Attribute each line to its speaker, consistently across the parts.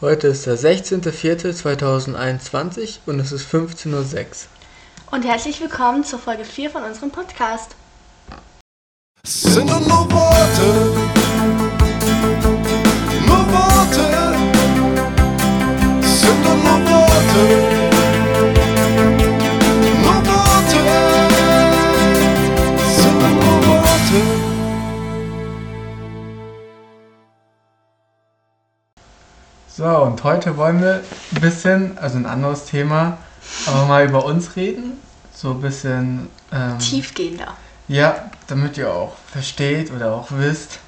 Speaker 1: Heute ist der 16.04.2021 und es ist 15.06 Uhr.
Speaker 2: Und herzlich willkommen zur Folge 4 von unserem Podcast.
Speaker 3: Es sind nur nur Worte. Nur Worte. Es sind nur nur Worte. Nur Worte. Es sind nur nur Worte.
Speaker 1: So, und heute wollen wir ein bisschen, also ein anderes Thema, aber mal über uns reden. So ein bisschen. Ähm,
Speaker 2: Tiefgehender.
Speaker 1: Ja, damit ihr auch versteht oder auch wisst,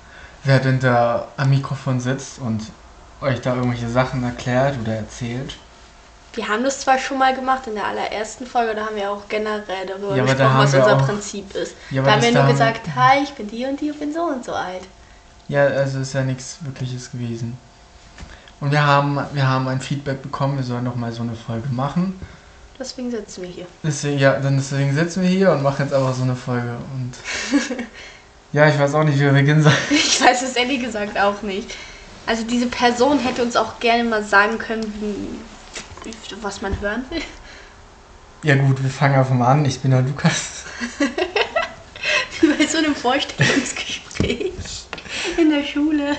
Speaker 1: wer denn da am Mikrofon sitzt und euch da irgendwelche Sachen erklärt oder erzählt.
Speaker 2: Wir haben das zwar schon mal gemacht in der allerersten Folge, da haben wir auch generell darüber
Speaker 1: Ja, aber da
Speaker 2: gesprochen,
Speaker 1: haben
Speaker 2: was
Speaker 1: wir
Speaker 2: unser
Speaker 1: auch-
Speaker 2: Prinzip ist.
Speaker 1: Ja, aber
Speaker 2: da haben
Speaker 1: das
Speaker 2: wir nur
Speaker 1: da-
Speaker 2: gesagt, hi, ich bin die und die und bin so und so alt.
Speaker 1: Ja, also ist ja nichts Wirkliches gewesen. Und wir haben, wir haben ein Feedback bekommen, wir sollen doch mal so eine Folge machen.
Speaker 2: Deswegen sitzen wir hier.
Speaker 1: Deswegen, ja, dann deswegen sitzen wir hier und machen jetzt einfach so eine Folge. Und ja, ich weiß auch nicht, wie wir beginnen sollen.
Speaker 2: Ich weiß es ehrlich gesagt auch nicht. Also diese Person hätte uns auch gerne mal sagen können, wie, wie- was man hören will.
Speaker 1: Ja gut, wir fangen einfach mal an. Ich bin der Lukas.
Speaker 2: Bei so einem Vorstellungsgespräch in der Schule.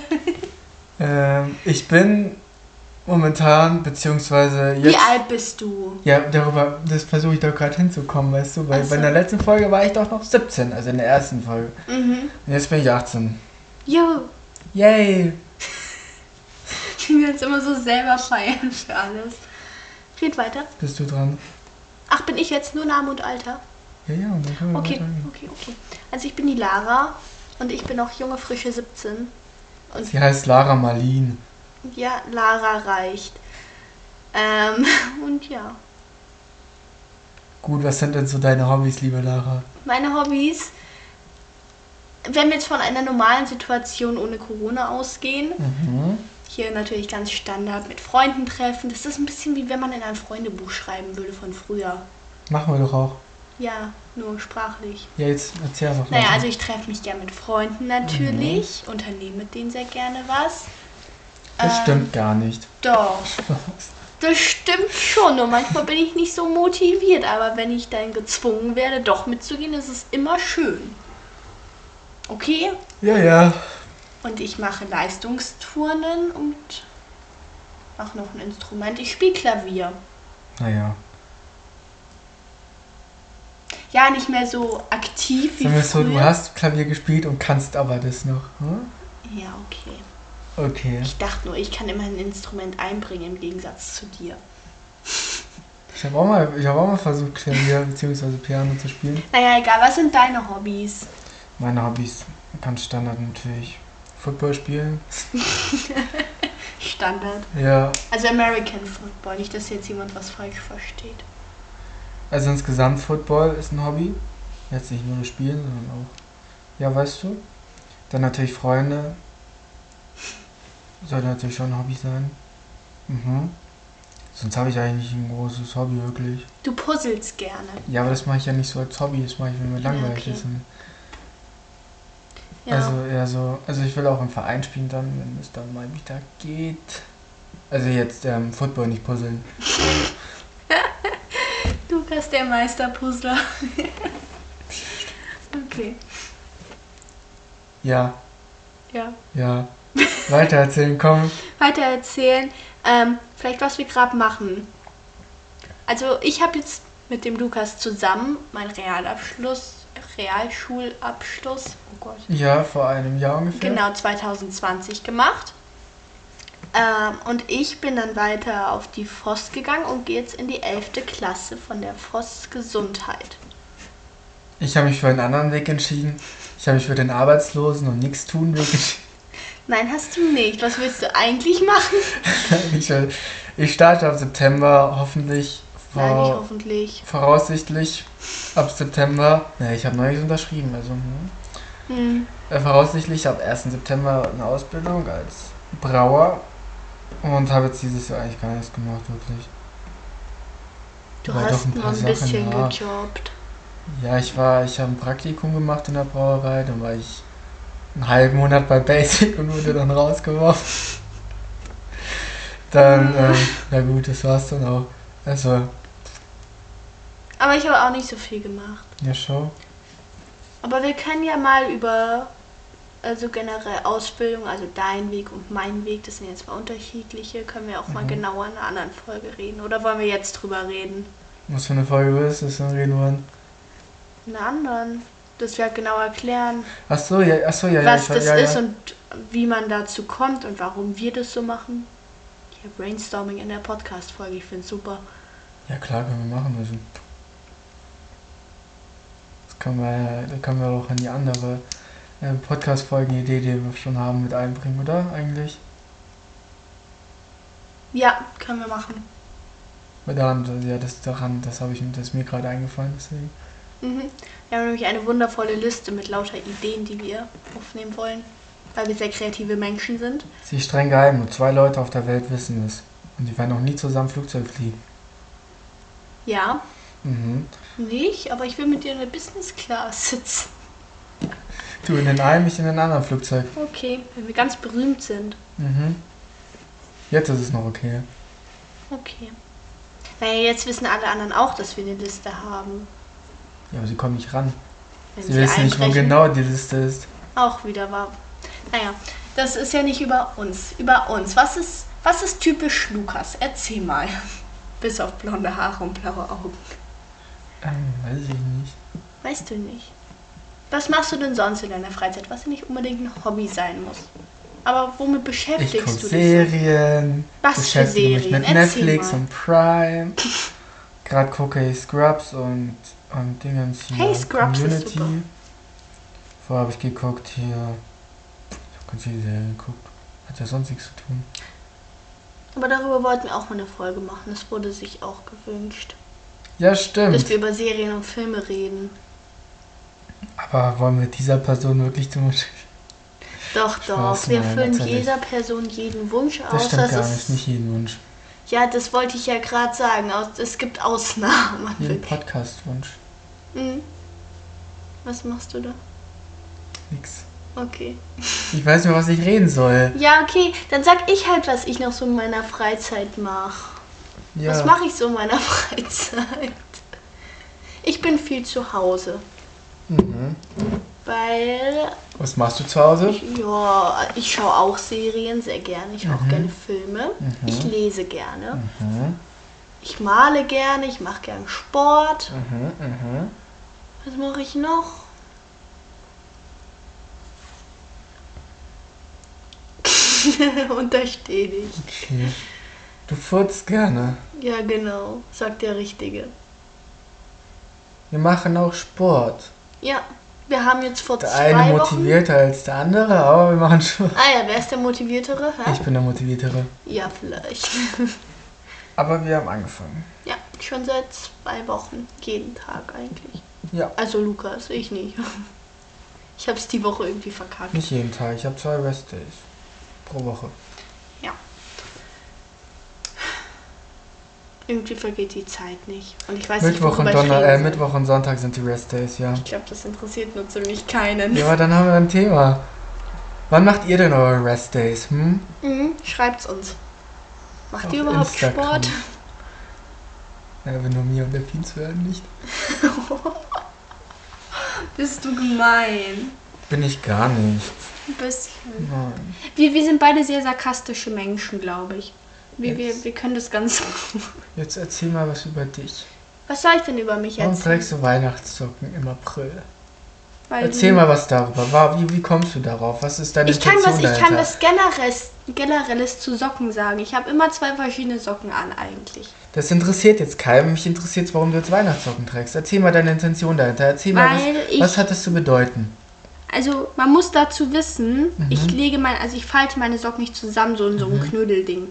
Speaker 1: Ähm, ich bin momentan, beziehungsweise jetzt...
Speaker 2: Wie alt bist du?
Speaker 1: Ja, darüber, das versuche ich doch gerade hinzukommen, weißt du, weil
Speaker 2: Ach so.
Speaker 1: bei der letzten Folge war ich doch noch 17, also in der ersten Folge.
Speaker 2: Mhm.
Speaker 1: Und jetzt bin ich 18.
Speaker 2: Jo,
Speaker 1: Yay!
Speaker 2: wie wir uns immer so selber feiern für alles. Red weiter.
Speaker 1: Bist du dran?
Speaker 2: Ach, bin ich jetzt nur Name und Alter?
Speaker 1: Ja, ja, und dann können wir
Speaker 2: Okay,
Speaker 1: weitergehen.
Speaker 2: okay, okay. Also ich bin die Lara und ich bin auch junge, frische 17.
Speaker 1: Sie heißt Lara Marlin.
Speaker 2: Ja, Lara reicht. Ähm, und ja.
Speaker 1: Gut, was sind denn so deine Hobbys, liebe Lara?
Speaker 2: Meine Hobbys, wenn wir jetzt von einer normalen Situation ohne Corona ausgehen,
Speaker 1: Mhm.
Speaker 2: hier natürlich ganz Standard mit Freunden treffen. Das ist ein bisschen wie wenn man in ein Freundebuch schreiben würde von früher.
Speaker 1: Machen wir doch auch.
Speaker 2: Ja, nur sprachlich.
Speaker 1: Ja, jetzt erzähl einfach
Speaker 2: Naja,
Speaker 1: weiter.
Speaker 2: also ich treffe mich gern mit Freunden natürlich,
Speaker 1: Mhm.
Speaker 2: unternehme mit denen sehr gerne was.
Speaker 1: Das
Speaker 2: ähm,
Speaker 1: stimmt gar nicht.
Speaker 2: Doch, das stimmt schon, nur manchmal bin ich nicht so motiviert, aber wenn ich dann gezwungen werde, doch mitzugehen, ist es immer schön. Okay?
Speaker 1: ja, ja.
Speaker 2: Und ich mache Leistungsturnen und mache noch ein Instrument. Ich spiele Klavier.
Speaker 1: Naja.
Speaker 2: Ja, nicht mehr so aktiv wie
Speaker 1: Sagen wir es so, du
Speaker 2: früher.
Speaker 1: hast Klavier gespielt und kannst aber das noch. Hm?
Speaker 2: Ja, okay.
Speaker 1: Okay.
Speaker 2: Ich dachte nur, ich kann immer ein Instrument einbringen im Gegensatz zu dir.
Speaker 1: Ich habe auch, mal- ich hab auch mal versucht, Klavier bzw. Piano zu spielen.
Speaker 2: Naja, egal, was sind deine Hobbys?
Speaker 1: Meine Hobbys, ganz Standard natürlich. Football spielen.
Speaker 2: Standard.
Speaker 1: Ja,
Speaker 2: Also American Football, nicht, dass jetzt jemand was falsch versteht.
Speaker 1: also insgesamt Football ist ein Hobby. Jetzt nicht nur das Spielen, sondern auch. Ja, weißt du? Dann natürlich Freunde. Sollte natürlich schon ein Hobby sein. Mhm. Sonst habe ich eigentlich ein großes Hobby wirklich.
Speaker 2: Du puzzelst gerne.
Speaker 1: Ja, aber das mache ich ja nicht so als Hobby, das mache ich, wenn mir
Speaker 2: Ja,
Speaker 1: langweilig
Speaker 2: okay.
Speaker 1: ist.
Speaker 2: Ja.
Speaker 1: Also eher so, also ich will auch im Verein spielen dann, wenn es dann mal wieder geht. Also jetzt ähm, Football nicht puzzeln.
Speaker 2: du bist der Meisterpuzzler. okay,
Speaker 1: Ja,
Speaker 2: ja.
Speaker 1: Ja, weiter erzählen, komm.
Speaker 2: Weiter erzählen, ähm, vielleicht was wir gerade machen. Also ich habe jetzt mit dem Lukas zusammen meinen Realabschluss, Realschulabschluss, oh Gott,
Speaker 1: Ja, vor einem Jahr ungefähr.
Speaker 2: Genau, 2020 gemacht. Ähm, und ich bin dann weiter auf die FOS gegangen und gehe jetzt in die 11. Klasse von der FOS Gesundheit.
Speaker 1: Ich habe mich für einen anderen Weg entschieden. Ich habe mich für den Arbeitslosen und nichts tun Weg
Speaker 2: Nein, hast du nicht. Was willst du eigentlich machen?
Speaker 1: Oh. entschieden. Ich, will- ich starte ab September, hoffentlich.
Speaker 2: Nein, nicht
Speaker 1: Vor,
Speaker 2: hoffentlich.
Speaker 1: voraussichtlich ab September. Ne, ich habe neulich unterschrieben, also. Hm.
Speaker 2: Hm.
Speaker 1: Äh, Voraussichtlich ab 1. September eine Ausbildung als Brauer. Und habe jetzt dieses Jahr eigentlich gar nichts gemacht, wirklich.
Speaker 2: Du
Speaker 1: Aber
Speaker 2: hast
Speaker 1: doch ein
Speaker 2: nur
Speaker 1: paar
Speaker 2: ein bisschen
Speaker 1: Sachen, ja.
Speaker 2: gejobbt.
Speaker 1: Ja, ich war, ich habe ein Praktikum gemacht in der Brauerei, dann war ich einen halben Monat bei Basic und wurde dann rausgeworfen. Dann, ähm, na gut, das war's dann auch. Also,
Speaker 2: Aber ich habe auch nicht so viel gemacht.
Speaker 1: ja, schau.
Speaker 2: Aber wir können ja mal über also generell Ausbildung, also dein Weg und mein Weg, das sind jetzt mal unterschiedliche, können wir auch
Speaker 1: Mhm.
Speaker 2: mal genauer in einer anderen Folge reden. Oder wollen wir jetzt drüber reden?
Speaker 1: Was für eine Folge ist das dann reden wollen?
Speaker 2: In einer anderen. Dass wir halt genau erklären,
Speaker 1: Ach so, ja, ach so, ja,
Speaker 2: was
Speaker 1: ja, ich,
Speaker 2: das
Speaker 1: ja,
Speaker 2: ist
Speaker 1: ja.
Speaker 2: und wie man dazu kommt und warum wir das so machen. Hier Brainstorming in der Podcast-Folge, ich finde super.
Speaker 1: Ja, klar, können wir machen. Also, das können wir, da können wir auch in die andere äh, Podcast-Folgen-Idee, die wir schon haben, mit einbringen, oder? Eigentlich?
Speaker 2: Ja, können wir machen.
Speaker 1: Weil da haben sie- Also, ja, das daran, das habe ich, das ist mir gerade eingefallen, deswegen.
Speaker 2: Mhm. Wir haben nämlich eine wundervolle Liste mit lauter Ideen, die wir aufnehmen wollen, weil wir sehr kreative Menschen sind.
Speaker 1: Sie ist streng geheim, nur zwei Leute auf der Welt wissen es. Und die werden auch nie zusammen Flugzeug fliegen.
Speaker 2: Ja,
Speaker 1: Mhm.
Speaker 2: nicht, aber ich will mit dir in der Business Class sitzen.
Speaker 1: Du in den einen, ich in den anderen Flugzeug.
Speaker 2: Okay, wenn wir ganz berühmt sind.
Speaker 1: Mhm. Jetzt ist es noch okay.
Speaker 2: Okay. Naja, jetzt wissen alle anderen auch, dass wir eine Liste haben.
Speaker 1: Ja, aber sie kommen nicht ran.
Speaker 2: Wenn
Speaker 1: Sie wissen nicht, wo
Speaker 2: einbrechen,
Speaker 1: genau die Liste ist.
Speaker 2: Auch wieder wahr. Naja, das ist ja nicht über uns. Über uns. Was ist, was ist typisch Lukas? Erzähl mal. Bis auf blonde Haare und blaue Augen.
Speaker 1: Ähm, weiß ich nicht.
Speaker 2: Weißt du nicht. Was machst du denn sonst in deiner Freizeit, was ja nicht unbedingt ein Hobby sein muss? Aber womit
Speaker 1: Ich
Speaker 2: beschäftigst
Speaker 1: gucke
Speaker 2: du dich? so?
Speaker 1: Serien.
Speaker 2: Was für
Speaker 1: beschäftige mich
Speaker 2: Serien?
Speaker 1: mit
Speaker 2: Erzähl
Speaker 1: Netflix
Speaker 2: mal.
Speaker 1: und Prime. Gerade gucke ich Scrubs und, und Dingens hier.
Speaker 2: Hey, Scrubs ist super.
Speaker 1: Vorher habe ich geguckt hier. Ich habe ganz viele Serien geguckt. Hat ja sonst nichts zu tun.
Speaker 2: Aber darüber wollten wir auch mal eine Folge machen. Das wurde sich auch gewünscht.
Speaker 1: Ja,
Speaker 2: Dass
Speaker 1: stimmt.
Speaker 2: wir über Serien und Filme reden.
Speaker 1: Aber wollen wir dieser Person wirklich zum
Speaker 2: Doch, doch.
Speaker 1: Spaß,
Speaker 2: wir
Speaker 1: nein,
Speaker 2: füllen
Speaker 1: natürlich.
Speaker 2: jeder Person jeden Wunsch
Speaker 1: Das
Speaker 2: aus.
Speaker 1: stimmt gar
Speaker 2: das
Speaker 1: nicht.
Speaker 2: ist,
Speaker 1: Nicht jeden Wunsch.
Speaker 2: Ja, das wollte ich ja gerade sagen. Aus- Es gibt Ausnahmen.
Speaker 1: Jeden Podcast-Wunsch.
Speaker 2: Mhm. Was machst du da?
Speaker 1: Nix.
Speaker 2: Okay.
Speaker 1: Ich weiß nur, was ich reden soll.
Speaker 2: Ja, okay. Dann sag ich halt, was ich noch so in meiner Freizeit mache.
Speaker 1: Ja.
Speaker 2: Was mache ich so in meiner Freizeit? Ich bin viel zu Hause,
Speaker 1: Mhm.
Speaker 2: weil
Speaker 1: Was machst du zu Hause?
Speaker 2: ich, ja, ich schaue auch Serien sehr gerne, ich schaue auch gerne Filme, ich lese gerne,
Speaker 1: Mhm.
Speaker 2: ich male gerne, ich mache gerne Sport.
Speaker 1: Mhm. Mhm.
Speaker 2: Was mache ich noch? Untersteh dich.
Speaker 1: Okay. Du furzt gerne.
Speaker 2: Ja, genau, sagt der Richtige.
Speaker 1: Wir machen auch Sport.
Speaker 2: Ja, wir haben jetzt vor
Speaker 1: Der
Speaker 2: zwei
Speaker 1: eine
Speaker 2: Wochen.
Speaker 1: motivierter als der andere, aber wir machen Sport.
Speaker 2: Ah ja, wer ist der motiviertere? Hä?
Speaker 1: Ich bin der motiviertere.
Speaker 2: Ja, vielleicht.
Speaker 1: Aber wir haben angefangen.
Speaker 2: ja, schon seit zwei Wochen. Jeden Tag eigentlich.
Speaker 1: Ja.
Speaker 2: Also Lukas, ich nicht. Ich hab's die Woche irgendwie verkackt.
Speaker 1: Nicht jeden Tag. Ich habe zwei Rest Days pro Woche.
Speaker 2: Ja. Irgendwie vergeht die Zeit nicht. Und Also ich weiß
Speaker 1: Mittwoch
Speaker 2: nicht,
Speaker 1: und,
Speaker 2: worüber ich
Speaker 1: Donner
Speaker 2: reden
Speaker 1: äh,
Speaker 2: soll.
Speaker 1: Mittwoch und Sonntag sind die Rest Days, ja.
Speaker 2: Ich glaube, das interessiert nur ziemlich keinen.
Speaker 1: Ja, aber dann haben wir ein Thema. Wann macht ihr denn eure Rest Days? Hm?
Speaker 2: Mhm, schreibt's uns. Macht
Speaker 1: Auf
Speaker 2: ihr überhaupt
Speaker 1: Instagram.
Speaker 2: Sport?
Speaker 1: Ja, wenn nur mir und der Pins hören nicht.
Speaker 2: Bist du gemein.
Speaker 1: Bin ich gar nicht.
Speaker 2: Ein bisschen.
Speaker 1: Nein.
Speaker 2: Wir, wir sind beide sehr sarkastische Menschen, glaube ich. Wir, wir,
Speaker 1: Jetzt.
Speaker 2: wir können das ganz.
Speaker 1: Jetzt erzähl mal was über dich.
Speaker 2: Was soll ich denn über mich
Speaker 1: Warum
Speaker 2: erzählen?
Speaker 1: trägst du Weihnachtssocken im April?
Speaker 2: Weil
Speaker 1: Erzähl
Speaker 2: du-
Speaker 1: mal was darüber. War- Wie, wie kommst du darauf? Was ist deine
Speaker 2: Ich kann was,
Speaker 1: Intention
Speaker 2: ich kann
Speaker 1: dahinter?
Speaker 2: was generelles, generelles zu Socken sagen. Ich habe immer zwei verschiedene Socken an eigentlich.
Speaker 1: Das interessiert jetzt keinen. Mich interessiert, warum du jetzt Weihnachtssocken trägst. Erzähl mal deine Intention dahinter. Erzähl mal,
Speaker 2: Weil
Speaker 1: was,
Speaker 2: ich-
Speaker 1: was hat das zu bedeuten?
Speaker 2: Also man muss dazu wissen,
Speaker 1: Mhm.
Speaker 2: ich lege mein, also ich falte meine Socken nicht zusammen, so in so einem Knödelding.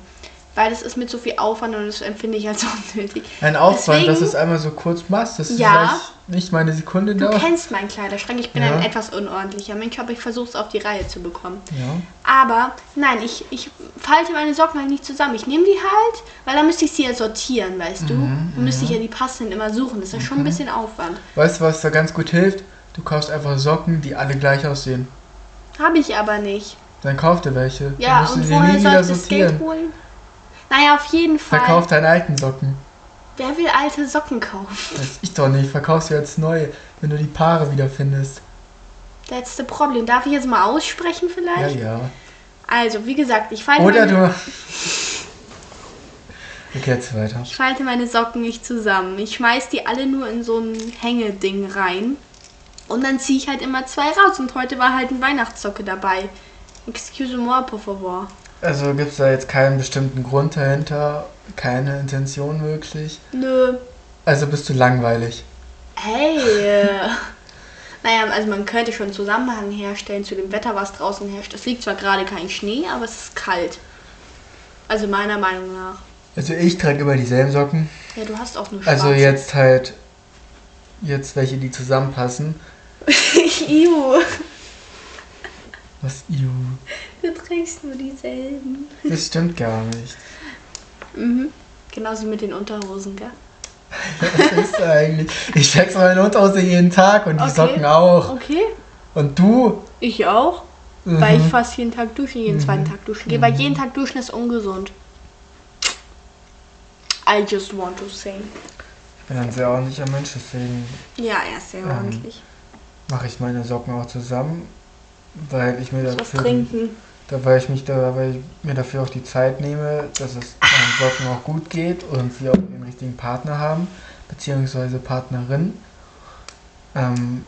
Speaker 2: Weil das ist mit so viel Aufwand und das empfinde ich als unnötig.
Speaker 1: Ein Aufwand, dass du
Speaker 2: Deswegen-
Speaker 1: es einmal so kurz machst, dass
Speaker 2: Ja.
Speaker 1: es vielleicht nicht mal eine Sekunde
Speaker 2: Du
Speaker 1: dauert.
Speaker 2: kennst meinen Kleiderschrank, ich bin
Speaker 1: Ja.
Speaker 2: ein etwas unordentlicher Mensch, aber ich versuche es auf die Reihe zu bekommen.
Speaker 1: Ja.
Speaker 2: Aber nein, ich, ich falte meine Socken halt nicht zusammen. Ich nehme die halt, weil dann müsste ich sie ja sortieren, weißt du?
Speaker 1: Mhm,
Speaker 2: Dann müsste ich ja die passenden immer suchen. Das ist ja schon ein bisschen Aufwand.
Speaker 1: Weißt du, was da ganz gut hilft? Du kaufst einfach Socken, die alle gleich aussehen.
Speaker 2: Habe ich aber nicht.
Speaker 1: Dann kauf dir welche. Dann
Speaker 2: Ja,
Speaker 1: musst du
Speaker 2: und
Speaker 1: sie nie
Speaker 2: woher soll
Speaker 1: wieder
Speaker 2: ich das Geld
Speaker 1: sortieren.
Speaker 2: holen? Naja, auf jeden Fall.
Speaker 1: Verkauf deine alten Socken.
Speaker 2: Wer will alte Socken kaufen?
Speaker 1: Weiß ich doch nicht. Verkauf sie als neue, wenn du die Paare wiederfindest.
Speaker 2: That's the problem. Darf ich jetzt mal aussprechen
Speaker 1: Ja,
Speaker 2: vielleicht?
Speaker 1: ja.
Speaker 2: Also, wie gesagt, ich falte,
Speaker 1: Oder
Speaker 2: meine,
Speaker 1: du. Okay, jetzt weiter.
Speaker 2: ich falte meine Socken nicht zusammen. Ich schmeiß die alle nur in so ein Hängeding rein. Und dann ziehe ich halt immer zwei raus. Und heute war halt ein Weihnachtssocke dabei. Excuse moi, por favor.
Speaker 1: Also gibt es da jetzt keinen bestimmten Grund dahinter, keine Intention wirklich.
Speaker 2: Nö.
Speaker 1: Also bist du langweilig.
Speaker 2: Hey. äh. naja, also man könnte schon einen Zusammenhang herstellen zu dem Wetter, was draußen herrscht. Es liegt zwar gerade kein Schnee, aber es ist kalt. Also meiner Meinung nach.
Speaker 1: Also ich trage immer dieselben Socken.
Speaker 2: Ja, du hast auch nur schwarze.
Speaker 1: Also jetzt halt jetzt welche, die zusammenpassen.
Speaker 2: Iu.
Speaker 1: Was Iu.
Speaker 2: Du trägst nur dieselben.
Speaker 1: Das stimmt gar nicht.
Speaker 2: Mhm. Genauso mit den Unterhosen, gell?
Speaker 1: Was ist eigentlich? Ich wechsle meine Unterhose jeden Tag und die
Speaker 2: Okay.
Speaker 1: Socken auch.
Speaker 2: Okay.
Speaker 1: Und du?
Speaker 2: Ich auch.
Speaker 1: Mhm.
Speaker 2: Weil ich fast jeden Tag duschen, jeden zweiten Tag duschen gehe. Weil jeden Tag duschen ist ungesund. I just want to say.
Speaker 1: Ich bin ein sehr ordentlicher Mensch, deswegen
Speaker 2: Ja, er ist sehr
Speaker 1: Ähm,
Speaker 2: ordentlich.
Speaker 1: mache ich meine Socken auch zusammen, weil ich mir
Speaker 2: Muss was
Speaker 1: dafür,
Speaker 2: trinken.
Speaker 1: da, weil ich mich da, weil ich mir dafür auch die Zeit nehme, dass es meinen Socken auch gut geht und sie auch den richtigen Partner haben, beziehungsweise Partnerin. Ähm,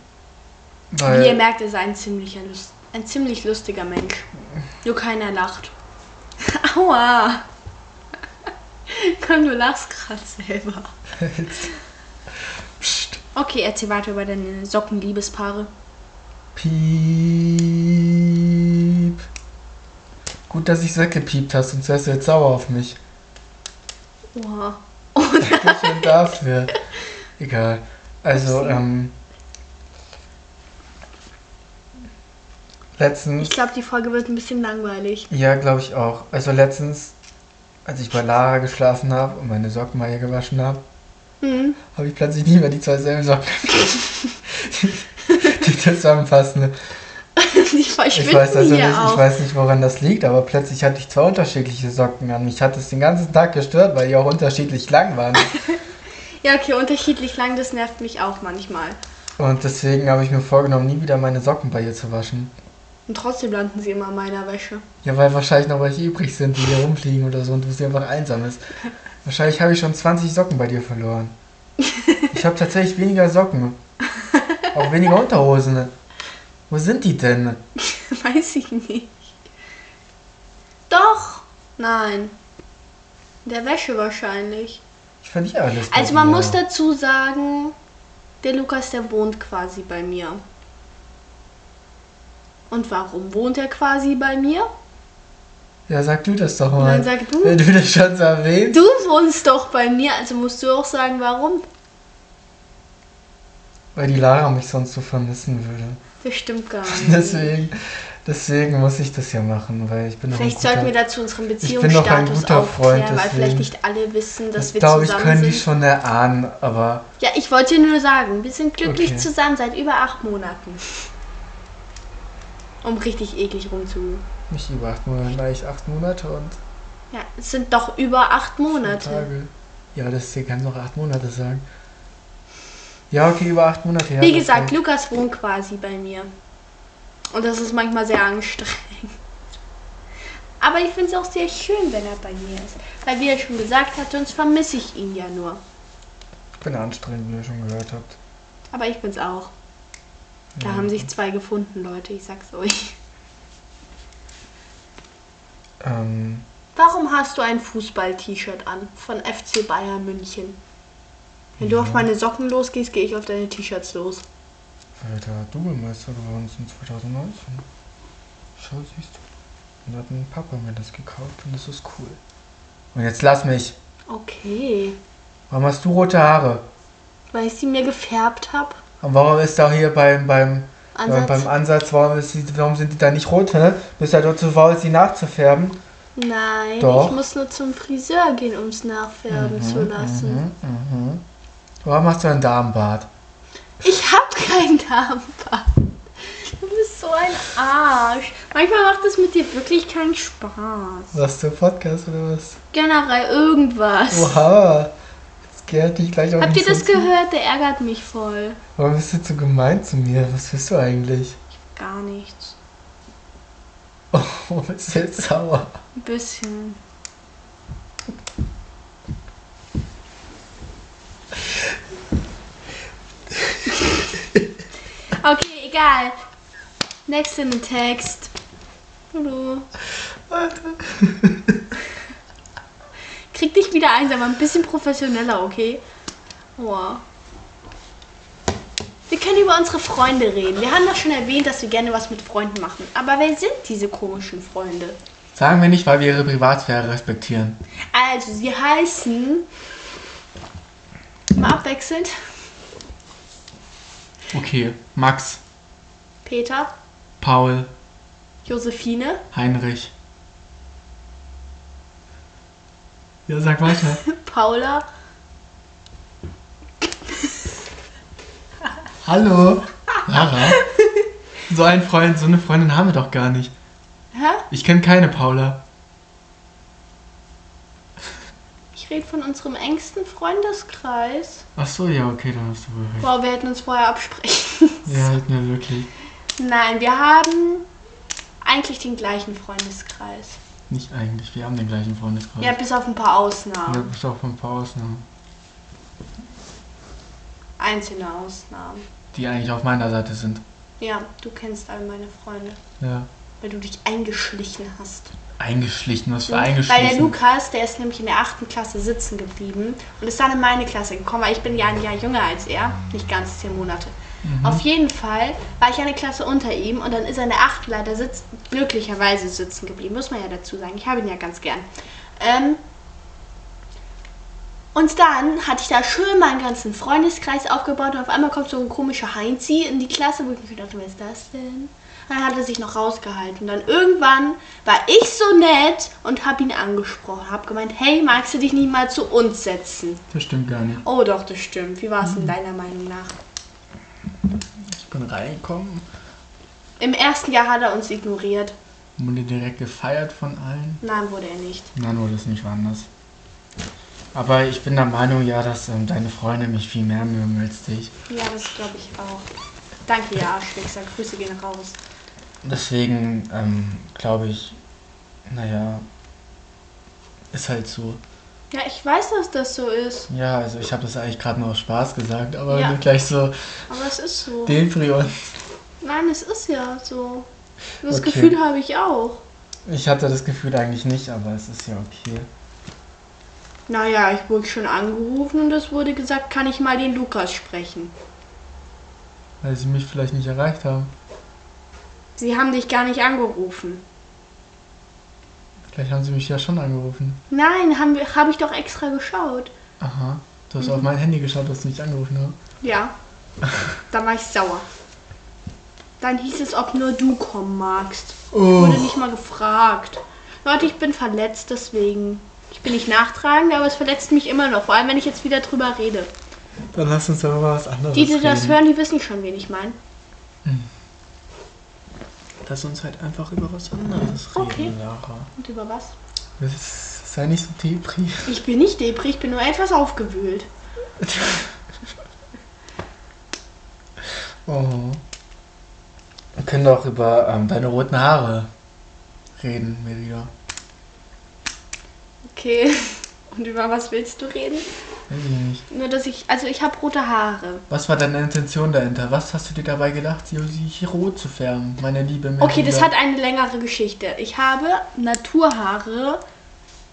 Speaker 1: weil,
Speaker 2: Wie ihr merkt, ist er ein ziemlicher Lust, ein ziemlich lustiger Mensch. Nur keiner lacht. Aua! Komm, du lachst gerade selber.
Speaker 1: Psst.
Speaker 2: Okay, erzähl weiter über deine Sockenliebespaare.
Speaker 1: Piep. Gut, dass ich weggepiept hast, sonst wärst du jetzt sauer auf mich.
Speaker 2: Oha.
Speaker 1: Dankeschön dafür. Egal. Also, ähm. Letztens.
Speaker 2: Ich glaube, die Folge wird ein bisschen langweilig.
Speaker 1: Ja, glaube ich auch. Also letztens, als ich bei Lara geschlafen habe und meine Socken mal hier gewaschen habe,
Speaker 2: Hm.
Speaker 1: habe ich plötzlich nicht mehr die zwei selben Socken. die, die zusammenpassende.
Speaker 2: Ich
Speaker 1: Ich weiß
Speaker 2: verschwinde
Speaker 1: also nicht,
Speaker 2: hier
Speaker 1: ich
Speaker 2: auch.
Speaker 1: weiß nicht, woran das liegt, aber plötzlich hatte ich zwei unterschiedliche Socken an. Mich hat es den ganzen Tag gestört, weil die auch unterschiedlich lang waren.
Speaker 2: Ja, okay, unterschiedlich lang, das nervt mich auch manchmal.
Speaker 1: Und deswegen habe ich mir vorgenommen, nie wieder meine Socken bei ihr zu waschen.
Speaker 2: Und trotzdem landen sie immer in meiner Wäsche.
Speaker 1: Ja, weil wahrscheinlich noch welche übrig sind, die hier rumfliegen oder so und du sie einfach einsammelst. Wahrscheinlich habe ich schon 20 Socken bei dir verloren. Ich habe tatsächlich weniger Socken. Auch weniger Unterhosen. Wo sind die denn?
Speaker 2: Weiß ich nicht. Doch! Nein. In der Wäsche wahrscheinlich.
Speaker 1: Ich verliere alles. bei
Speaker 2: Also man
Speaker 1: dir.
Speaker 2: muss dazu sagen, der Lukas, der wohnt quasi bei mir. Und warum wohnt er quasi bei mir?
Speaker 1: Ja, sag du das doch mal.
Speaker 2: Nein, sag du.
Speaker 1: Wenn du das schon so erwähnst.
Speaker 2: Du wohnst doch bei mir, also musst du auch sagen, warum.
Speaker 1: Weil die Lara mich sonst so vermissen würde.
Speaker 2: Das stimmt gar nicht.
Speaker 1: Deswegen, deswegen muss ich das ja machen, weil ich bin doch ein
Speaker 2: Vielleicht sollten wir
Speaker 1: guter-
Speaker 2: dazu unseren
Speaker 1: Ich bin doch ein
Speaker 2: Beziehungsstatus
Speaker 1: guter Freund,
Speaker 2: aufklären, weil vielleicht
Speaker 1: deswegen-
Speaker 2: nicht alle wissen, dass
Speaker 1: Das
Speaker 2: wir
Speaker 1: glaube ich,
Speaker 2: zusammen
Speaker 1: können die
Speaker 2: sind.
Speaker 1: schon erahnen, aber
Speaker 2: Ja, ich wollte dir nur sagen, wir sind glücklich
Speaker 1: Okay.
Speaker 2: zusammen seit über acht Monaten. Um richtig eklig rumzu.
Speaker 1: nicht über acht Monate, eigentlich acht Monate und
Speaker 2: Ja, es sind doch über acht Monate.
Speaker 1: Tage. Ja, das hier kann noch acht Monate sagen. Ja, okay, über acht Monate. Ja,
Speaker 2: Wie
Speaker 1: das
Speaker 2: gesagt,
Speaker 1: reicht.
Speaker 2: Lukas wohnt quasi bei mir. Und das ist manchmal sehr anstrengend. Aber ich finde es auch sehr schön, wenn er bei mir ist. Weil, wie er schon gesagt hat, sonst vermisse ich ihn ja nur.
Speaker 1: ich bin anstrengend, wie ihr schon gehört habt.
Speaker 2: Aber ich bin's auch. Da haben sich zwei gefunden, Leute, ich sag's euch.
Speaker 1: Ähm,
Speaker 2: Warum hast du ein Fußball-T-Shirt an von FC Bayern München? Wenn du auf meine Socken losgehst, gehe ich auf deine T-Shirts los.
Speaker 1: weil wir da Double-Meister geworden sind 2019. Schau, siehst du. Und da hat mein Papa mir das gekauft und das ist cool. Und jetzt lass mich.
Speaker 2: Okay,
Speaker 1: Warum hast du rote Haare?
Speaker 2: weil ich sie mir gefärbt habe.
Speaker 1: Und warum ist da hier beim, beim,
Speaker 2: Ansatz.
Speaker 1: Ansatz. beim Ansatz, warum, ist die, warum sind die da nicht rot? Ne? Bist ja dort zu faul, sie nachzufärben.
Speaker 2: Nein,
Speaker 1: Doch. Mhm,
Speaker 2: ich muss nur zum Friseur gehen, um es nachfärben zu lassen.
Speaker 1: Warum hast du ein Damenbart?
Speaker 2: Ich hab keinen Darmbad. Du bist so so ein Arsch. Manchmal macht es mit dir wirklich keinen Spaß.
Speaker 1: Was zum Podcast oder was?
Speaker 2: Generell irgendwas.
Speaker 1: Oha. Jetzt gehört dich gleich auch
Speaker 2: Habt ihr
Speaker 1: nicht
Speaker 2: das
Speaker 1: so zu.
Speaker 2: gehört? Der ärgert mich voll.
Speaker 1: Warum bist du so gemein zu mir? Was bist du eigentlich?
Speaker 2: Gar nichts.
Speaker 1: Oh, bist du jetzt sauer?
Speaker 2: Ein bisschen. Okay, egal. Next in den Text. Hallo. Krieg dich wieder einsam, ein bisschen professioneller, okay? Boah. Wir können über unsere Freunde reden. Wir haben doch schon erwähnt, dass wir gerne was mit Freunden machen. Aber wer sind diese komischen Freunde?
Speaker 1: Sagen wir nicht, weil wir ihre Privatsphäre respektieren.
Speaker 2: Also, sie heißen. Mal abwechselnd.
Speaker 1: Okay, Max,
Speaker 2: Peter,
Speaker 1: Paul,
Speaker 2: Josephine,
Speaker 1: Heinrich. Ja, sag weiter.
Speaker 2: Paula.
Speaker 1: Hallo, Lara. So einen Freund, so eine Freundin haben wir doch gar nicht.
Speaker 2: Hä?
Speaker 1: Ich kenne keine Paula.
Speaker 2: Ich rede von unserem engsten Freundeskreis.
Speaker 1: Ach so, ja, okay, dann hast du wohl recht.
Speaker 2: Wow, wir hätten uns vorher absprechen.
Speaker 1: Ja, halt mir wirklich.
Speaker 2: Nein, wir haben eigentlich den gleichen Freundeskreis.
Speaker 1: Nicht eigentlich, wir haben den gleichen Freundeskreis.
Speaker 2: Ja, bis auf ein paar
Speaker 1: Ja,
Speaker 2: Ausnahmen.
Speaker 1: bis auf ein paar Ausnahmen.
Speaker 2: Einzelne Ausnahmen.
Speaker 1: Die eigentlich auf meiner Seite sind.
Speaker 2: Ja, du kennst all meine Freunde,
Speaker 1: Ja.
Speaker 2: weil du dich eingeschlichen hast.
Speaker 1: Eingeschlichen, was für
Speaker 2: Weil der
Speaker 1: eingeschlichen.
Speaker 2: Lukas, der ist nämlich in der achten Klasse sitzen geblieben und ist dann in meine Klasse gekommen, weil ich bin ja ein Jahr jünger als er, nicht ganz zehn Monate. Auf jeden Fall war ich eine Klasse unter ihm und dann ist er in der achten leider sitz glücklicherweise sitzen geblieben, muss man ja dazu sagen. Ich habe ihn ja ganz gern. Ähm, und dann hatte ich da schön meinen ganzen Freundeskreis aufgebaut und auf einmal kommt so ein komischer Heinzi in die Klasse, wo ich mir gedacht habe, wer ist das denn? Dann hat er sich noch rausgehalten. Und dann irgendwann war ich so nett und habe ihn angesprochen. Habe gemeint, hey, magst du dich nicht mal zu uns setzen?
Speaker 1: Das stimmt gar nicht.
Speaker 2: Oh doch, das stimmt. Wie war es denn deiner Meinung nach?
Speaker 1: Ich bin reingekommen,
Speaker 2: Im ersten Jahr hat er uns ignoriert.
Speaker 1: wurde direkt gefeiert von allen.
Speaker 2: Nein, wurde er nicht.
Speaker 1: Nein, wurde es nicht war anders. Aber ich bin der Meinung, ja, dass ähm, deine Freunde mich viel mehr mögen als dich.
Speaker 2: Ja, das glaube ich auch. Danke, ihr Arschwichser. Grüße gehen raus.
Speaker 1: Deswegen ähm, glaube ich, naja, ist halt so.
Speaker 2: Ja, ich weiß, dass das so ist.
Speaker 1: Ja, also ich habe das eigentlich gerade nur aus Spaß gesagt, aber
Speaker 2: Ja.
Speaker 1: du gleich so
Speaker 2: Aber es ist so.
Speaker 1: Deprion.
Speaker 2: Nein, es ist ja so. Das
Speaker 1: Okay.
Speaker 2: Gefühl habe ich auch.
Speaker 1: Ich hatte das Gefühl eigentlich nicht, aber es ist ja okay.
Speaker 2: Naja, ich wurde schon angerufen und es wurde gesagt, kann ich mal den Lukas sprechen.
Speaker 1: Weil sie mich vielleicht nicht erreicht haben.
Speaker 2: Sie haben dich gar nicht angerufen.
Speaker 1: Vielleicht haben sie mich ja schon angerufen.
Speaker 2: Nein, haben wir- habe ich doch extra geschaut.
Speaker 1: Aha. Du hast auf mein Handy geschaut, dass du nicht angerufen ne? hast.
Speaker 2: Ja. Da war ich sauer. Dann hieß es, ob nur du kommen magst.
Speaker 1: Oh.
Speaker 2: Wurde nicht mal gefragt. Leute, ich bin verletzt deswegen. Ich bin nicht nachtragend, aber es verletzt mich immer noch. Vor allem, wenn ich jetzt wieder drüber rede.
Speaker 1: Dann lass uns darüber was anderes
Speaker 2: Die, die das
Speaker 1: reden.
Speaker 2: hören, die wissen schon, wen ich meine.
Speaker 1: Lass uns halt einfach über was anderes reden,
Speaker 2: Okay.
Speaker 1: Lara.
Speaker 2: Und über was?
Speaker 1: Das sei nicht so depri.
Speaker 2: Ich bin nicht depri, ich bin nur etwas aufgewühlt.
Speaker 1: Oh. Wir können doch über ähm, deine roten Haare reden, Merida.
Speaker 2: Okay. Und über was willst du reden?
Speaker 1: Weiß ich nicht.
Speaker 2: Nur, dass ich. Also, ich habe rote Haare.
Speaker 1: Was war deine Intention dahinter? Was hast du dir dabei gedacht, sie sie rot zu färben, meine liebe Merida?
Speaker 2: Okay, das hat eine längere Geschichte. Ich habe Naturhaare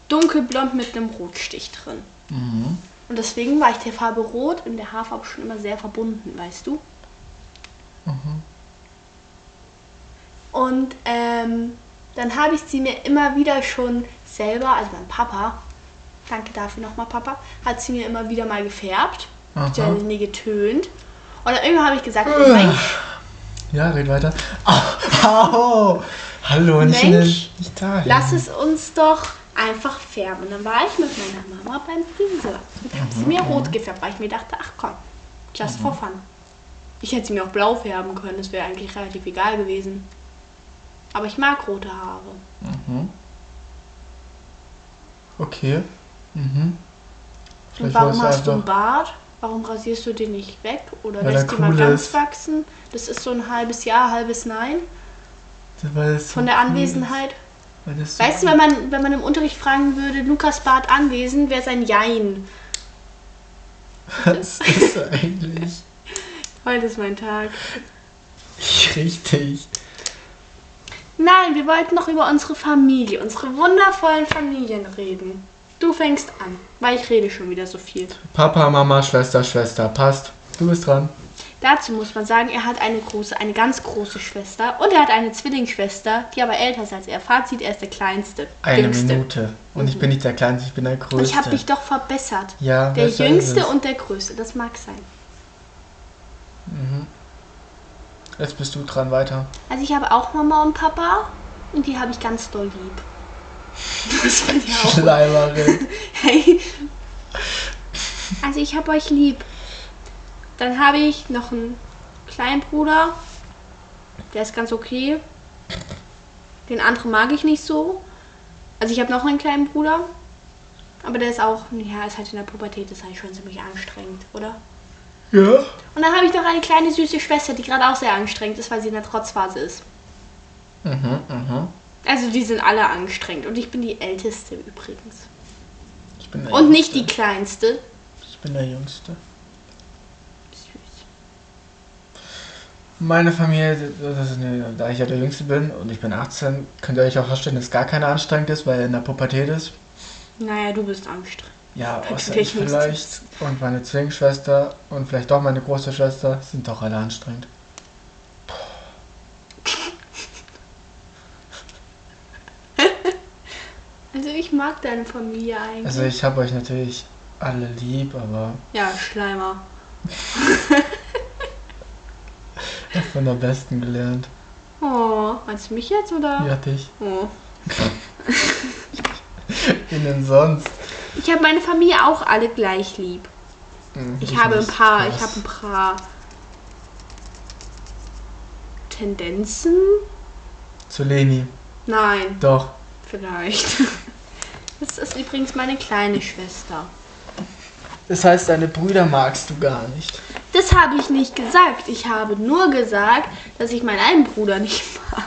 Speaker 2: dunkelblond mit einem Rotstich drin.
Speaker 1: Mhm.
Speaker 2: Und deswegen war ich der Farbe Rot und der Haarfarbe schon immer sehr verbunden, weißt du?
Speaker 1: Mhm.
Speaker 2: Und ähm, dann habe ich sie mir immer wieder schon selber, also mein Papa, danke dafür nochmal Papa, hat sie mir immer wieder mal gefärbt,
Speaker 1: Aha.
Speaker 2: mir getönt. Und dann irgendwann habe ich gesagt, Mensch,
Speaker 1: Ja, red weiter. Ah, au. Hallo, nicht, in den-
Speaker 2: Mensch,
Speaker 1: nicht da.
Speaker 2: lass es uns doch einfach färben. Dann war ich mit meiner Mama
Speaker 1: Mhm.
Speaker 2: beim Friseur und habe sie mir rot gefärbt, weil ich mir dachte, ach komm, just for fun. Ich hätte sie mir auch blau färben können, das wäre eigentlich relativ egal gewesen. Aber ich mag rote Haare.
Speaker 1: Mhm. Okay. Mhm.
Speaker 2: Und
Speaker 1: Vielleicht
Speaker 2: warum
Speaker 1: war es
Speaker 2: hast du einen
Speaker 1: einfach.
Speaker 2: Bart? Warum rasierst du den nicht weg? Oder
Speaker 1: Weil er
Speaker 2: lässt ihn mal
Speaker 1: cool
Speaker 2: ganz
Speaker 1: ist.
Speaker 2: wachsen? Das ist so ein halbes Ja, halbes Nein
Speaker 1: Weil es so
Speaker 2: von der
Speaker 1: cool ist.
Speaker 2: Anwesenheit.
Speaker 1: Weil es so
Speaker 2: Weißt du, wenn man, wenn man im Unterricht fragen würde, Lukas Bart anwesend, wäre sein Jein.
Speaker 1: Was ist eigentlich
Speaker 2: Heute ist mein Tag.
Speaker 1: nicht richtig?
Speaker 2: Nein, wir wollten noch über unsere Familie, unsere wundervollen Familien reden. Du fängst an, weil ich rede schon wieder so viel.
Speaker 1: Papa, Mama, Schwester, Schwester, passt. Du bist dran.
Speaker 2: Dazu muss man sagen, er hat eine große, eine ganz große Schwester und er hat eine Zwillingsschwester, die aber älter ist als er. Fazit, er ist der kleinste.
Speaker 1: Eine
Speaker 2: jüngste.
Speaker 1: Minute. Und ich bin nicht der Kleinste, ich bin der Größte.
Speaker 2: Ich habe dich doch verbessert.
Speaker 1: Ja,
Speaker 2: der
Speaker 1: besser ist
Speaker 2: jüngste
Speaker 1: es.
Speaker 2: und der größte, das mag sein.
Speaker 1: Jetzt bist du dran weiter.
Speaker 2: Also ich habe auch Mama und Papa und die habe ich ganz doll lieb. Das bin ich auch.
Speaker 1: Schleimerin.
Speaker 2: Hey. Also ich habe euch lieb. Dann habe ich noch einen kleinen Bruder. Der ist ganz okay. Den anderen mag ich nicht so. Also ich habe noch einen kleinen Bruder. Aber der ist auch, ja, ist halt in der Pubertät, ist halt schon ziemlich anstrengend, oder?
Speaker 1: ja?
Speaker 2: Und dann habe ich noch eine kleine süße Schwester, die gerade auch sehr anstrengend ist, weil sie in der Trotzphase ist.
Speaker 1: Mhm, mhm.
Speaker 2: Also die sind alle angestrengt und ich bin die älteste übrigens.
Speaker 1: Ich bin der
Speaker 2: Und nicht die
Speaker 1: Jüngste.
Speaker 2: kleinste.
Speaker 1: Ich bin der Jüngste.
Speaker 2: Süß.
Speaker 1: Meine Familie, das ist eine, da ich ja der Jüngste bin und ich bin 18, könnt ihr euch auch vorstellen, dass gar keiner anstrengend ist, weil er in der Pubertät ist.
Speaker 2: Naja, du bist angestrengt.
Speaker 1: Ja,
Speaker 2: Bei
Speaker 1: außer
Speaker 2: der
Speaker 1: ich
Speaker 2: Jüngste.
Speaker 1: vielleicht. Und meine Zwillingsschwester und vielleicht doch meine große Schwester sind doch alle anstrengend.
Speaker 2: Also ich mag deine Familie eigentlich.
Speaker 1: Also ich habe euch natürlich alle lieb, aber
Speaker 2: ja, Schleimer.
Speaker 1: ich hab von der Besten gelernt.
Speaker 2: Oh, meinst du mich jetzt oder?
Speaker 1: Ja, dich.
Speaker 2: Oh.
Speaker 1: Wen denn sonst?
Speaker 2: Ich habe meine Familie auch alle gleich lieb.
Speaker 1: Hm,
Speaker 2: Ich habe ein
Speaker 1: weiß
Speaker 2: paar,
Speaker 1: was.
Speaker 2: ich habe ein paar Tendenzen?
Speaker 1: Zu Leni.
Speaker 2: Nein,
Speaker 1: Doch.
Speaker 2: vielleicht. Das ist übrigens meine kleine Schwester.
Speaker 1: Das heißt, deine Brüder magst du gar nicht.
Speaker 2: Das habe ich nicht gesagt. Ich habe nur gesagt, dass ich meinen einen Bruder nicht mag.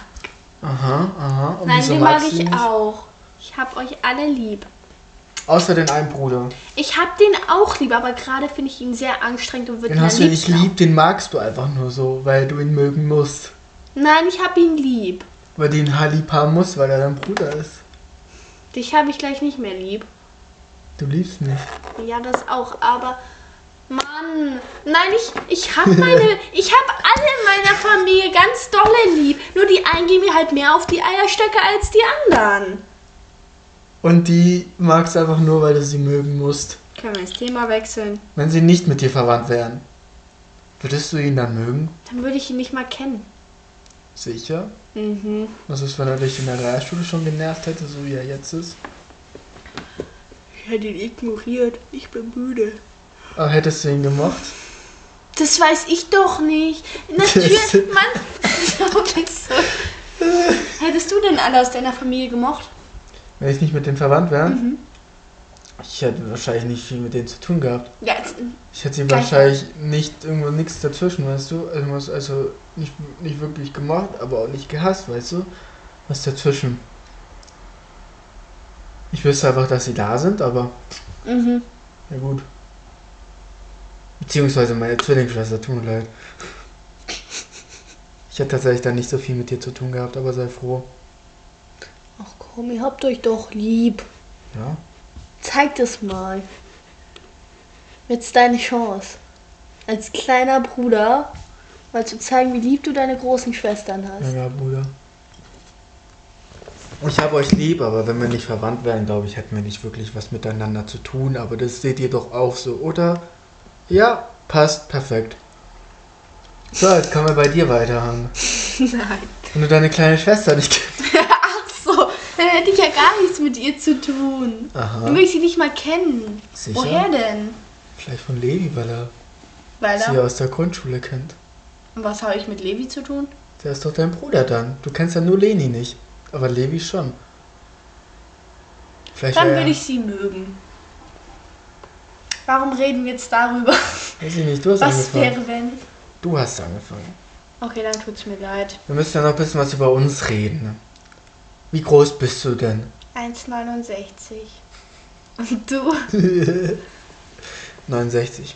Speaker 1: Aha, aha. Und
Speaker 2: Nein,
Speaker 1: wieso
Speaker 2: den mag
Speaker 1: magst du
Speaker 2: ich
Speaker 1: ihn nicht?
Speaker 2: auch. Ich habe euch alle lieb.
Speaker 1: Außer den einen Bruder.
Speaker 2: Ich habe den auch lieb, aber gerade finde ich ihn sehr anstrengend und würde ihn
Speaker 1: Den hast du
Speaker 2: am
Speaker 1: nicht
Speaker 2: liebsten-
Speaker 1: lieb, den magst du einfach nur so, weil du ihn mögen musst.
Speaker 2: Nein, ich habe ihn lieb.
Speaker 1: Weil du ihn halt lieb haben musst, weil er dein Bruder ist.
Speaker 2: Dich habe ich gleich nicht mehr lieb.
Speaker 1: Du liebst mich.
Speaker 2: Ja, das auch, aber Mann, nein, ich, ich habe meine, ich habe alle meiner Familie ganz dolle lieb. Nur die einen gehen mir halt mehr auf die Eierstöcke als die anderen.
Speaker 1: Und die magst du einfach nur, weil du sie mögen musst.
Speaker 2: Können wir das Thema wechseln?
Speaker 1: Wenn sie nicht mit dir verwandt wären, würdest du ihn dann mögen?
Speaker 2: Dann würde ich ihn nicht mal kennen.
Speaker 1: Sicher?
Speaker 2: Mhm.
Speaker 1: Was ist, wenn er dich in der Realschule schon genervt hätte, so wie er jetzt ist?
Speaker 2: Ich hätte ihn ignoriert. Ich bin müde.
Speaker 1: Aber hättest du ihn gemocht?
Speaker 2: Das weiß ich doch nicht. Natürlich, Mann. Warum denkst du? Hättest du denn alle aus deiner Familie gemocht?
Speaker 1: Wenn ich nicht mit denen verwandt wäre? Ich hätte wahrscheinlich nicht viel mit denen zu tun gehabt.
Speaker 2: Ja, jetzt-
Speaker 1: Ich hätte sie
Speaker 2: Gleich.
Speaker 1: wahrscheinlich nicht irgendwo nichts dazwischen, weißt du? Also, was- also nicht, nicht wirklich gemacht, aber auch nicht gehasst, weißt du? Was dazwischen? Ich wüsste einfach, dass sie da sind, aber
Speaker 2: mhm.
Speaker 1: ja gut. Beziehungsweise meine Zwillingsschwester, tut mir leid. Ich hätte tatsächlich dann nicht so viel mit dir zu tun gehabt, aber sei froh.
Speaker 2: Ach komm, ihr habt euch doch lieb.
Speaker 1: Ja?
Speaker 2: Zeig es mal. Jetzt deine Chance. Als kleiner Bruder mal zu zeigen, wie lieb du deine großen Schwestern hast.
Speaker 1: Ja, Bruder. Ich habe euch lieb, aber wenn wir nicht verwandt wären, glaube ich, hätten wir nicht wirklich was miteinander zu tun. Aber das seht ihr doch auch so, oder? Ja, passt, perfekt. So, jetzt kommen wir bei dir weiterhaben.
Speaker 2: Nein.
Speaker 1: Wenn du deine kleine Schwester nicht kennst.
Speaker 2: Ach so, dann hätte ich ja gar nichts mit ihr zu tun.
Speaker 1: Aha.
Speaker 2: Dann würde ich sie nicht mal kennen.
Speaker 1: Sicher?
Speaker 2: Woher denn?
Speaker 1: Vielleicht von Levi, weil er
Speaker 2: Weil
Speaker 1: sie
Speaker 2: er.
Speaker 1: aus der Grundschule kennt.
Speaker 2: Und was habe ich mit Levi zu tun?
Speaker 1: Der ist doch dein Bruder dann. Du kennst ja nur Leni nicht. Aber Levi schon. Vielleicht
Speaker 2: Dann
Speaker 1: war er-
Speaker 2: würde ich sie mögen. Warum reden wir jetzt darüber?
Speaker 1: Weiß ich nicht, du hast
Speaker 2: Was
Speaker 1: angefangen.
Speaker 2: wäre, wenn.
Speaker 1: Du hast angefangen.
Speaker 2: Okay, dann tut's mir leid.
Speaker 1: Wir müssen ja noch ein bisschen was über uns reden. Wie groß bist du denn?
Speaker 2: 1,69. Und du?
Speaker 1: 69.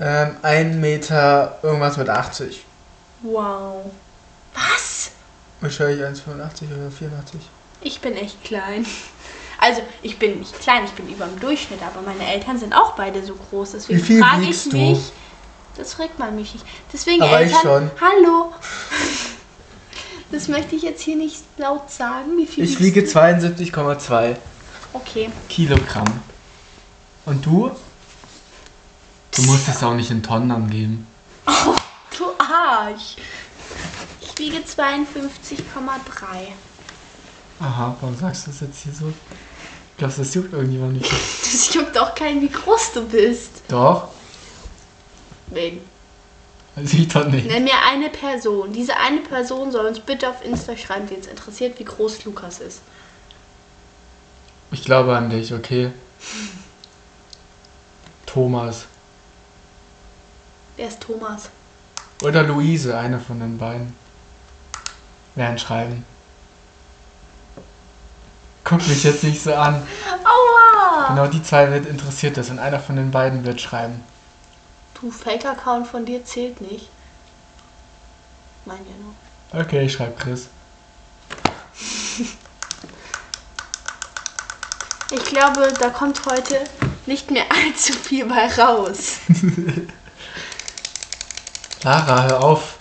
Speaker 1: Ähm, 1 Meter irgendwas mit 80.
Speaker 2: Wow. Was?
Speaker 1: Wahrscheinlich 1,85 oder 84.
Speaker 2: Ich bin echt klein. Also, ich bin nicht klein, ich bin über dem Durchschnitt, aber meine Eltern sind auch beide so groß. Deswegen
Speaker 1: Wie viel
Speaker 2: frage ich
Speaker 1: wiegst du?
Speaker 2: mich. Das fragt man mich nicht. Deswegen
Speaker 1: Aber ich schon.
Speaker 2: Eltern. Hallo! Das möchte ich jetzt hier nicht laut sagen, wie viel
Speaker 1: Ich
Speaker 2: wiegst
Speaker 1: wiege
Speaker 2: du?
Speaker 1: 72,2
Speaker 2: Okay.
Speaker 1: Kilogramm. Und du? Du musst es auch nicht in Tonnen angeben.
Speaker 2: Du Arsch! Ich wiege 52,3.
Speaker 1: Aha, warum sagst du das jetzt hier so? Glaubst du, das juckt irgendjemand nicht?
Speaker 2: Das juckt auch keinen, wie groß du bist.
Speaker 1: Doch,
Speaker 2: Wen?
Speaker 1: sieht doch nicht.
Speaker 2: Nenn mir eine Person. Diese eine Person soll uns bitte auf Insta schreiben, wen es interessiert, wie groß Lukas ist.
Speaker 1: Ich glaube an dich, okay? Thomas.
Speaker 2: Wer ist Thomas?
Speaker 1: Oder Luise, eine von den beiden. Werden schreiben. Guck mich jetzt nicht so an.
Speaker 2: Aua!
Speaker 1: Genau die zwei wird interessiert das und einer von den beiden wird schreiben.
Speaker 2: Du Fake-Account von dir zählt nicht. Mein ja nur.
Speaker 1: Okay, ich schreibe Chris.
Speaker 2: Ich glaube, da kommt heute nicht mehr allzu viel bei raus.
Speaker 1: Lara, hör auf.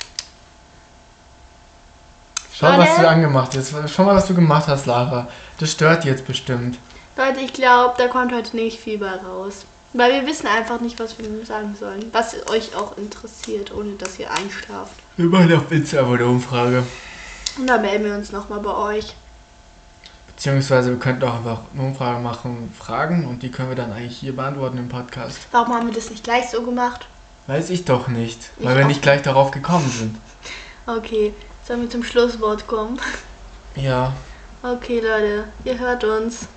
Speaker 1: Schau,
Speaker 2: Leute.
Speaker 1: was du angemacht hast. Schau mal, was du gemacht hast, Lara. Das stört jetzt bestimmt.
Speaker 2: Leute, ich glaube, da kommt heute nicht viel bei raus. Weil wir wissen einfach nicht, was wir sagen sollen. Was euch auch interessiert, ohne dass ihr einschlaft.
Speaker 1: Wir machen auf Insta aber eine Umfrage.
Speaker 2: Und dann melden wir uns nochmal bei euch.
Speaker 1: Beziehungsweise wir könnten auch einfach eine Umfrage machen, Fragen und die können wir dann eigentlich hier beantworten im Podcast.
Speaker 2: Warum haben wir das nicht gleich so gemacht?
Speaker 1: Weiß ich doch nicht,
Speaker 2: Ich
Speaker 1: weil wir
Speaker 2: auch
Speaker 1: nicht gleich darauf gekommen sind.
Speaker 2: Okay, sollen wir zum Schlusswort kommen?
Speaker 1: Ja,
Speaker 2: Okay, Leute, ihr hört uns.